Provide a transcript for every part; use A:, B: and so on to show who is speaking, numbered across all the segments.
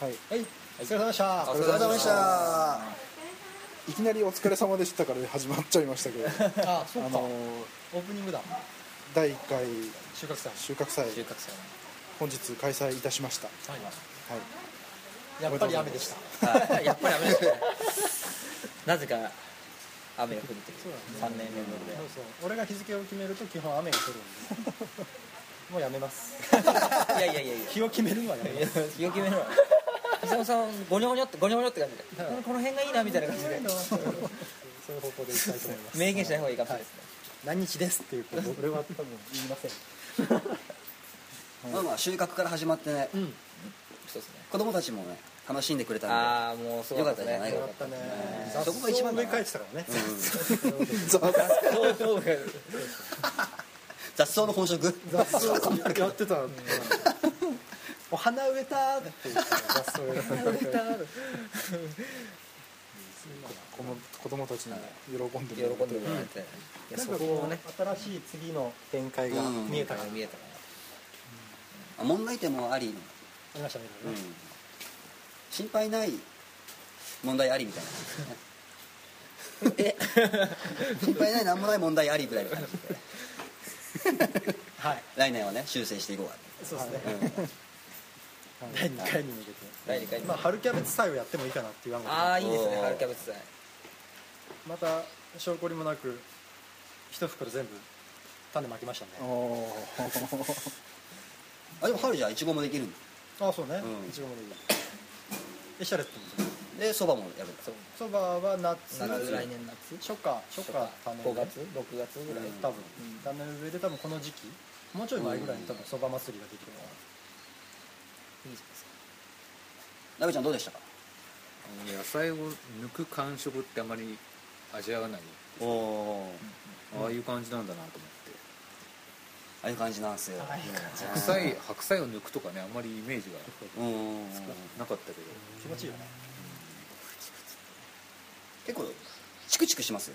A: はい、
B: はい
A: お疲れ様でした
B: お疲れ様でした
A: いきなり「お疲れ様でした」から始まっちゃいましたけ ど
B: あそっ
A: あ
B: か
A: のー
B: オープニングだ
A: 第1回
B: 収穫祭
A: 収穫祭
B: 収穫祭
A: 本日開催いたしました、
B: はい
A: はい、
B: やっぱり雨でした
C: あやっぱり雨ですねなぜか雨が降るという
B: そうだ
C: 3年連続で
B: そうそう俺が日付を決めると基本雨が降るんで もうやめます
C: いやいやいやいや
B: 日を決めるのはやめます
C: 日を決めろ磯野さんゴニョゴニョってゴニョゴニョって感じで
B: はい
C: この辺がいいなみたいな感じで
B: そういう方向でいきたいと思います
C: 明言しない方がいいかもしれないですね
B: 何日ですっていうこと俺は多分言いません
D: まあまあ収穫から始まってね、
B: ん
C: そうですね
D: 子供たちもね楽しんでくれたん
C: ああもうそうだ
D: よかったんじゃない
B: よ
D: よ
B: かったね
D: そこが一番だ
B: 植
D: な
B: え替えてたからね
D: で、うん
C: そうそう
D: 雑草の本職
B: 雑草 やってたお花植えたーって言ってた雑草植えた
A: この子供たちに喜んで
C: 喜
A: もらえた
C: んでもらえていや
B: な
C: そ
B: んか
C: こを
B: こ
C: ね
B: う新しい次の展開が
D: うん
B: 見えたから
C: 見えたか
D: 問題点もあり、
B: ありましたね
D: うん心配ない問題ありみたいなえ心配ない何もない問題ありぐらいの感じで
B: はい
D: 来年はね修正していこうか
B: そうですね第2回に向けて
C: 第2回に
B: まあ春キャベツ祭をやってもいいかなっていう案が
C: ああいいですね
D: おー
C: 春キャベツ祭
B: また証拠りもなく一袋全部種まきましたね
A: お
D: あでも春じゃあいちごもできるんだ
B: ああそうね
D: うん
B: いちごもでいいでシャレットも
D: でそばもやるんだ
C: そう
B: そばは夏
C: 夏来年夏
B: 初夏初夏種
C: 5月6月ぐらい
D: うん
B: 多分種植えで多分この時期もうちょい前ぐらいに多分そば祭りができるから
C: いいじゃないですか
D: 鍋ちゃんどうでしたか
E: 野菜を抜く感触ってあまり味わわない
D: おお
E: ああいう感じなんだなと思って
D: ああいう感じなんですよ
B: ああいう感
E: 白菜白菜を抜くとかねあんまりイメージが
D: うん
E: なかったけど
B: 気持ちいいよね
D: 結構チクチクしますよ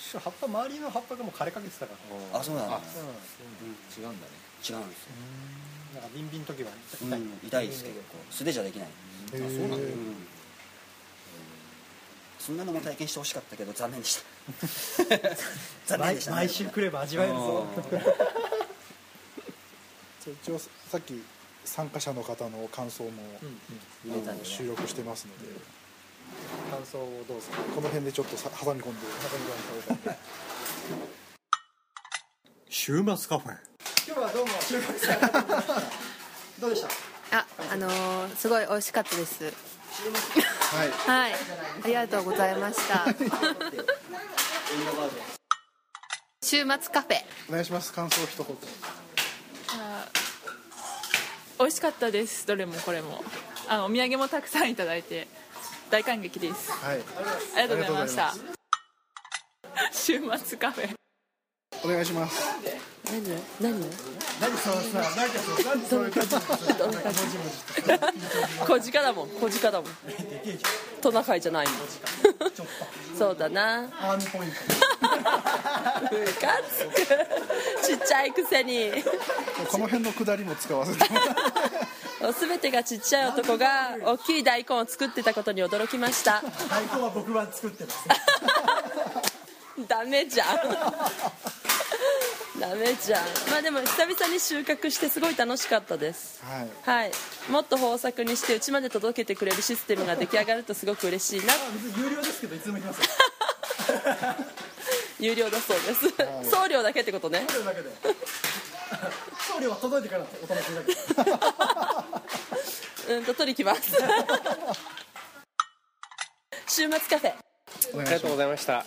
B: しかも葉っぱ周りの葉っぱがもう枯れかけてたから
D: あそうなんだ
E: あ
B: う
E: 違うんだね
D: 違うんですよ
B: んなんかビンビン時は
D: う
B: 痛い
D: ん痛いですけどこう素手じゃできない、
A: そうなんだ
D: うんそんなのも体験してほしかったけど残念でした残念
B: 毎
D: でした、
B: 毎週来れば味わえるぞ
A: じゃあ一応さっき参加者の方の感想も、
D: うん
A: あの
D: 出たんでね
A: 収録してますので
B: 感想をどうぞ
A: この辺でちょっとさ挟み込んで
F: 週末カフェ
B: 今日はどうも収穫祭どうでした
G: あ、あのーすごい美味しかったです。
A: はい
G: はい、ありがとうございました。 週末カフェ。
A: お願いします感想を一言
H: 美味しかったですどれもこれもあのお土産もたくさんいただいて大感激です
A: はい
H: ありがとうございました週末カフェ
A: お願いします
G: 何？
I: 小鹿だもん小鹿 だもんトナカイじゃないもん そうだなアームポイントムカつくちっちゃいくせに
A: この辺の下りも使わせてもらう
I: 全てがちっちゃい男が大きい大根を作ってたことに驚きました
B: 大根は僕は作ってます
I: ダメじゃんダメじゃんまあでも久々に収穫してすごい楽しかったです
A: はい
I: はいもっと豊作にしてうちまで届けてくれるシステムが出来上がるとすごく嬉しいな
B: 有料ですけどいつでも行きますよ
I: 有料だそうです送料だけってことね
B: 送料だけで送料は届いてからお楽しみだけど
I: うんと取りきます 週末カフェ
A: お願
J: あり
A: い
J: が
A: し
J: とう
A: ま
J: ございました、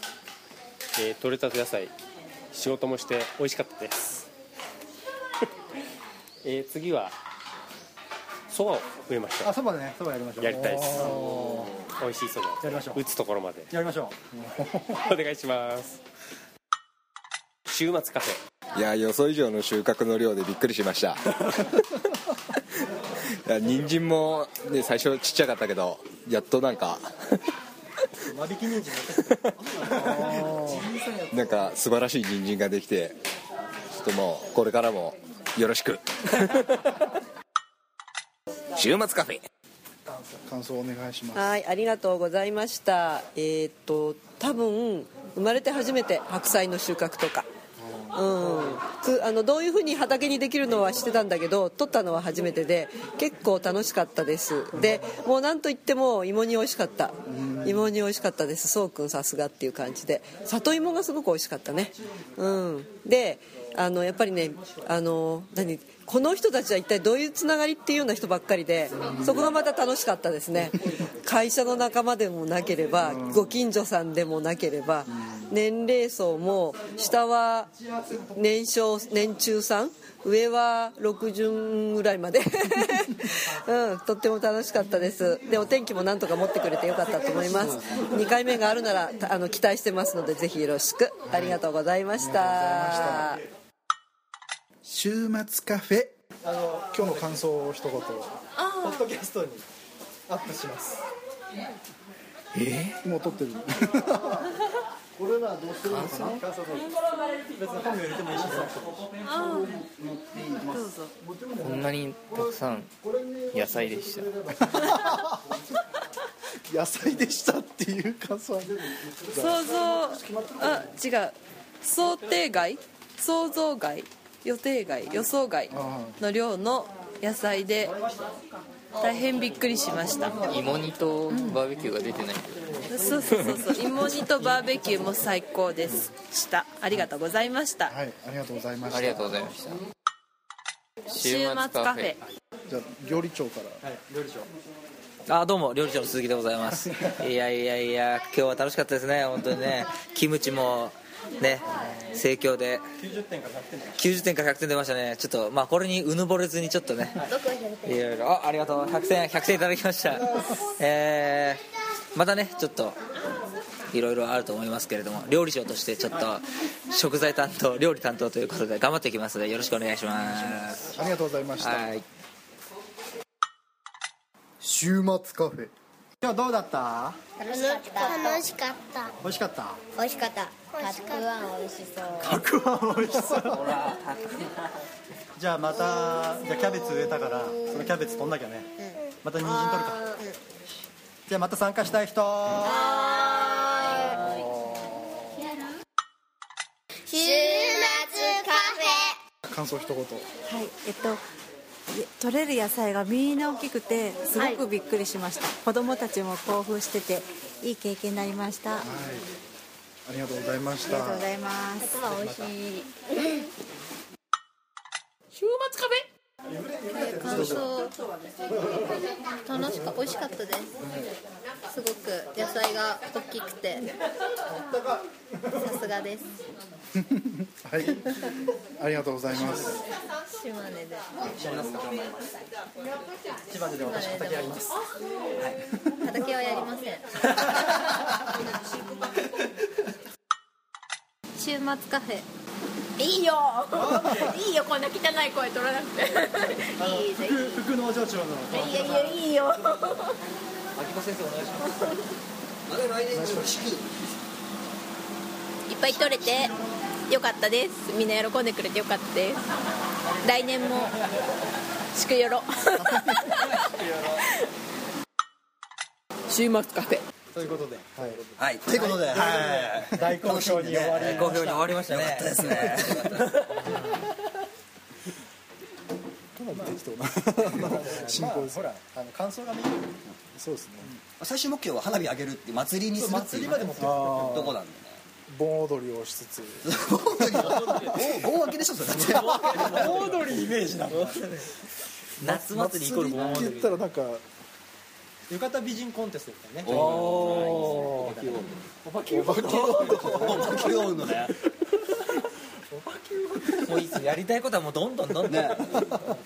J: えー、取れたて野菜仕事もして美味しかったです えー次はそばを植えました
B: あそばねそばやりましょう
J: やりたいです
B: お
J: 美味しいそばを
B: ーやりましょう
J: 打つところまで
B: やりましょ
J: お願いします週末カフ
K: いや予想以上の収穫の量でびっくりしました いや人参もね最初ちっちゃかったけどやっとなんか
B: う間引き人参持ってきて
K: なんか素晴らしい人参ができてちょっともうこれからもよろしく週末カフェ
A: 感想お願いします
I: はいありがとうございましたえーっと多分生まれて初めて白菜の収穫とかうん、くあのどういうふうに畑にできるのはしてたんだけど取ったのは初めてで結構楽しかったですでもうなんといっても芋煮美味しかった芋煮美味しかったですそうくんさすがっていう感じで里芋がすごく美味しかったねうんであのやっぱりねあの何この人たちは一体どういうつながりっていうような人ばっかりでそこがまた楽しかったですね会社の仲間でもなければご近所さんでもなければ年齢層も下は年少年中さん上は60ぐらいまで、 うん、とっても楽しかったですでお天気もなんとか持ってくれてよかったと思います2回目があるならたあの期待してますのでぜひよろしくありがとうございました、
A: 週末カフェ
B: あの
A: 今日の感想を一言
B: ポッドキャストにアップします
A: えもう撮ってる
B: 俺らどうするのかな感想どうぞ別に本名入れてもいいし
L: どうぞこんなにたくさん野菜でした
A: 野菜でしたっていう感想は
L: 想像
I: あ違う想定外想像外予定外予想外の量の野菜で大変びっくりしました
L: 芋煮とバーベキューが出てないけど
I: そうそうそうそう芋煮とバーベキューも最高でしたありがとうございました、
A: はいありがとうございました
L: ありがとうございました
I: 週末カフェ
A: じゃあ料理長から
B: はい料理長
C: あどうも料理長の鈴木でございますいやいやいや今日は楽しかったですね本当にねキムチもね盛況で
B: 90点から100点
C: 90点から100点出ましたねちょっとまあこれにうぬぼれずにちょっとねいろいろあありがとう100点100点いただきましたえーまたねちょっといろいろあると思いますけれども料理長としてちょっと食材担当料理担当ということで頑張っていきますのでよろしくお願いします
A: ありがとうございました
C: はい
B: 週末カフェ今日どうだった
M: 楽しかった楽しかった
B: 美味しかった
M: 美味しかったたくあん美味しそう
B: たくあん美味しそう じゃあまたじゃあキャベツ植えたからそのキャベツ取んなきゃねまた人参取るかじゃあまた参加したい人
M: 週末カ
A: 感想一言
N: はい、えっと。い取れる野菜がみんな大きくてすごくびっくりしました、子供たちも興奮してていい経験になりました、あ
A: ありがとうございまし
N: り
A: た
N: がとうございます
M: たくあん美味しい
L: 週末壁
M: 感想楽しか美味しかったですすごく野菜が大きくてさすがです
A: はいありがとうございます
M: 島根で
A: やりますか
B: 千葉で私畑やります
M: 畑はやりません 週末カフェいいよ
H: いいよこんな汚い声取らなくて
M: いいぜ
B: 福福農場長の
M: いいよいいよいいよ
C: 秋葉先生お願いします
M: いっぱい取れてよかったですみんな喜んでくれてよかったです来年もしく よろ
I: 週末カフェ
B: ということではい
C: はい
D: ということで
B: はい大好評に終わり
C: 好評に終わりましたね
D: よかったですね
A: かなり適当な進行です
B: ほらあの感想がね
A: そうですね
D: 最終目標は花火あげるって祭りにするってい
B: 祭
D: う
B: りまで持ってくる
D: どこなんだ
A: 盆踊りをしつつ
D: 棒棒開けでしょそれだって
B: オードリーイメージなの
C: 夏祭りイコール 盆
A: 祭りって
C: 踊
A: 言
C: り
A: ったらなんか
B: 浴衣美人コンテストみたいなね
C: おー
B: お化けお化け
D: 棒開けようのね
C: もういいっすやりたいことはもうどんどんどんどん
D: ね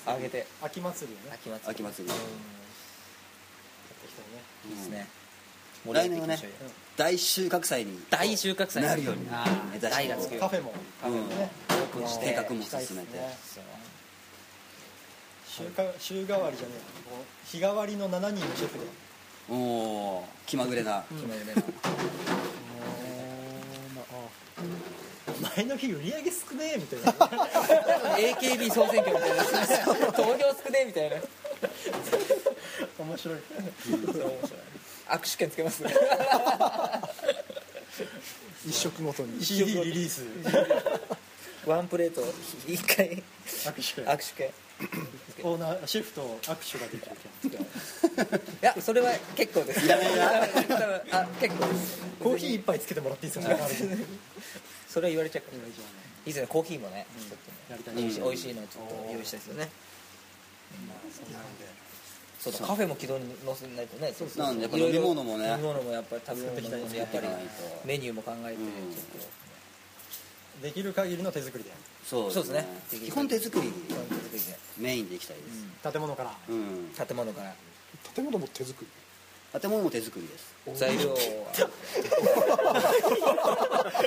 C: 上げて
B: 秋祭りね
C: 秋祭
D: 秋祭り
C: りですね
D: 来年はね大収穫祭に
C: 大収穫祭
D: なるように
C: あ
D: 目
C: ー
D: 指して
C: 大がつく
B: カ
C: よ
B: フェも
D: うん
C: オープンして
D: 計画も進めて
B: 週か週替わりじゃねえこう日替わりの7人のシェフで
D: おおー気まぐれな
B: 前の日売り上げ少ねえみたいな
C: AKB 総選挙みたいな投票少ねえみたいな
B: 面白い
C: 握手券つけますね
A: 一食ごとに
B: CD リリース
C: ワンプレート一回
B: 握手
C: 握手券
B: オーナーシェフと握手ができる
C: いやそれは結構です
B: いらないいらない
C: 多分あ結構です
B: コーヒー一杯つけてもらっていいですかね
C: それは言われちゃうからいいですねコーヒーもねちょっと
B: やりたい
C: ね美味しいのちょっと用意したいですよねそうだ
D: そう
C: カフェも軌道に乗せないとねそう
D: なんでやっぱ
C: いろいろ
D: 飲み物もね
C: 飲み物もやっぱり食べ物もやっぱり
D: 作ってい
C: メニューも考えてちょっと
B: できる限りの手作りで
D: そう
C: そうですね
D: 基本手作りメインでいきたい
B: 建物から
D: です、うん、
C: 建物から
A: 建物も手作
D: 建物も手作りです
C: 材料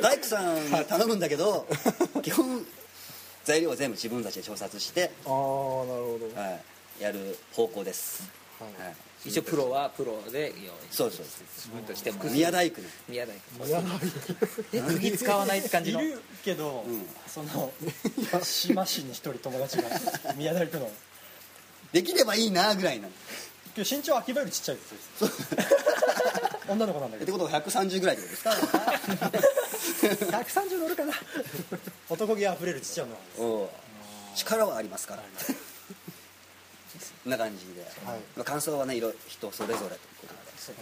D: 大工さんに頼むんだ けど基本材料は全部自分たちで調達して
A: ああなるほど
D: はいやる方向です、はい
C: 一応プロはプロで用意
D: そうそう自
C: 分としても
D: 宮大工の
C: 宮大工
A: 宮大工
C: え 釘使わないって感じの
B: いるけど、そ の島市に一人友達が宮台区の
D: できればいいなぐらいな
B: 今日身長秋葉よりちっちゃいです女の子なんだけ
D: ってことは130ぐらいってことですか
B: 130乗るかな男気あふれるちっちゃいの
D: おう力はありますから こんな感じで、
B: はい
D: まあ感想はね色人それぞれということで
C: そう
B: 来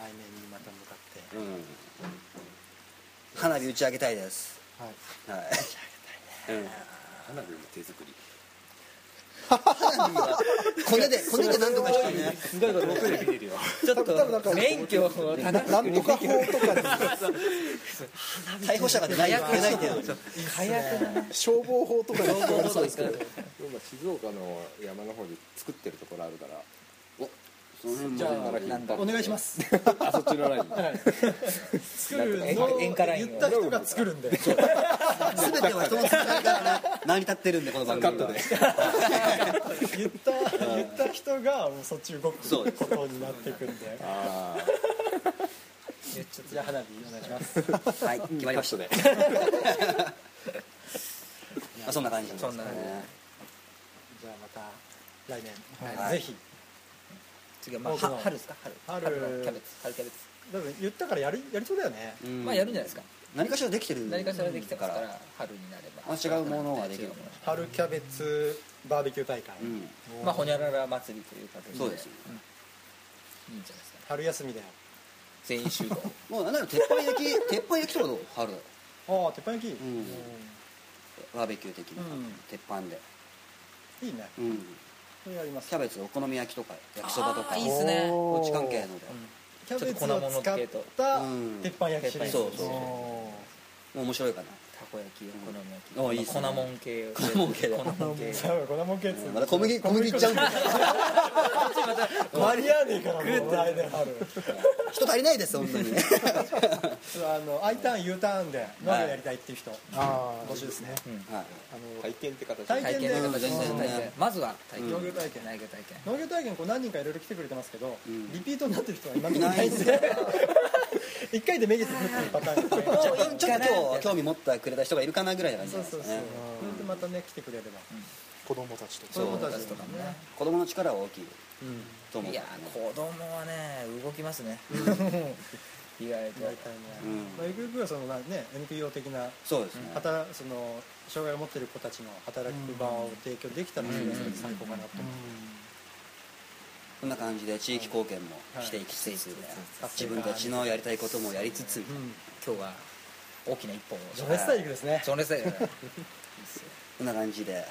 B: 年にまた向かって
D: うん、うん花火打ち上げたいです
B: はい
D: はいうん
E: 花火も手作り
D: 花火はコネでコネで何とかしたいね
C: すごいこと
E: 僕で見てるよ
C: ちょっと免許を
A: ななんとか法とかに
D: 逮捕者が出ない出ないけど
C: 火薬な
A: 消防法とかに引っかかりそうですけど
K: 今静岡の山の方で作ってるところあるから
B: じゃあお願いします
K: あそっちのライン
B: 作るの
C: 塩化ラインを
B: 言った人が作るんで
D: 全ては人のつながりからね成り立ってるんでこの番組は
B: 言った言った人がもうそっち動く
D: そうで
B: こ
D: す
B: とになってくんで
K: あ
B: じゃあ花火お願いします
D: はい決まりましたね そんな感じです
C: そ
D: か
C: んな感
D: ね
B: じゃあまた来年、
D: はい
B: ぜひ
C: 次はまあ
B: 僕の
C: は春ですか春
B: 春
C: のキャベツ春キャベツ
B: だから言ったからやりやりそうだよね
D: うん
C: まあやるんじゃないですか
D: 何かしらできてる
C: 何かしらできてますか
D: から
C: 春になれば
D: あ違うものができる
C: 違うもの
B: 春キャベツバーベキュー大会、
D: うん
C: まあほにゃらら祭りという形で
D: そうですよ
C: いいんじゃないですか
B: 春休みだよ
C: 全員集合
D: もうなんだろう鉄板焼き 鉄板焼きとかどう春
B: ああ鉄板焼き、
D: んバーベキュー的な
B: うん
D: 鉄板で
B: いいね
D: うん
B: これやります
D: キャベツお好み焼きとか焼きそばと
C: あ
D: か
C: ーいいっすね
D: おうち関係ので
B: キャベツ
C: ちょっと粉
B: を
C: もの
B: 使っ
C: 系と
B: た
D: うん
B: 鉄板焼きシリーズ
D: そうそう
B: お
D: もう面白いかな
C: たこ焼きお好み焼き
D: うんあいいっす
C: 粉
D: ね
C: もん系を
D: 粉もん系だ
C: 粉もん系
B: ーさあこんなもんけっつう
D: まだ小麦小麦いっちゃうんで
B: 間に合わねえからもう来年春
D: 人足りないです本当に
B: そうあの I ターン U ターンで鍋やりたいっていう人
A: あ
B: 募集ですね
D: はい
A: あ
K: 体験って形
B: 体
C: 体
B: 験
C: 験
B: で
C: だから
D: 全然
C: 体験まずは体験
B: 農業体験
C: 苗木体験
B: 農業体験こう何人かいろいろ来てくれてますけど
D: ん
B: リピートになってる人は今見てないんで一回でめげてくるっていうパターンで
D: ちょっとちょっと今日興味持ってくれた人がいるかなぐらいな感じ
B: そ
D: で
B: う
D: す
B: そうそう
D: か
B: それ
D: ね
B: でまたね来てくれれば
A: 子供たちとか
B: そういう
D: そう
B: 子たちとかもね
D: 子供の力は大きいと思う
C: いやー子供はね動きますね 意外と
B: 大体ね
D: うん
B: まあゆくゆくはそのなね NPO 的な
D: そうですね
B: 働その障害を持っている子たちの働く場を提供できたらそれはそれで最高かなと思う
D: こんな感じで地域貢献もしていきつつ自分たちのやりたいこともやりつつ
C: 今日は大きな一本を
B: ジョネスタイルですね
C: ジョンレスだよね
D: こんな感じで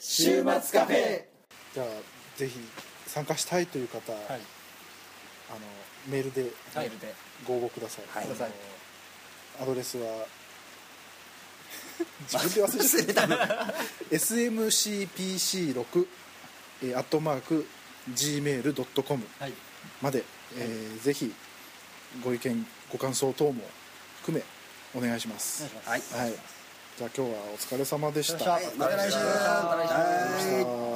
B: 週末カフェ
A: じゃあぜひ参加したいという方、
B: はい
A: あのメールで
C: メールで
A: ご応募ください、
D: はい
A: あのアドレスは自分で忘れちゃった smcpc6 えーアットマーク gmail.com
B: はい
A: まで、えーぜひご意見ご感想等も含めお願いします
D: はい
A: はい、じゃあ今日はお疲れ様でした
B: お疲れ様でした
D: また来週
A: あー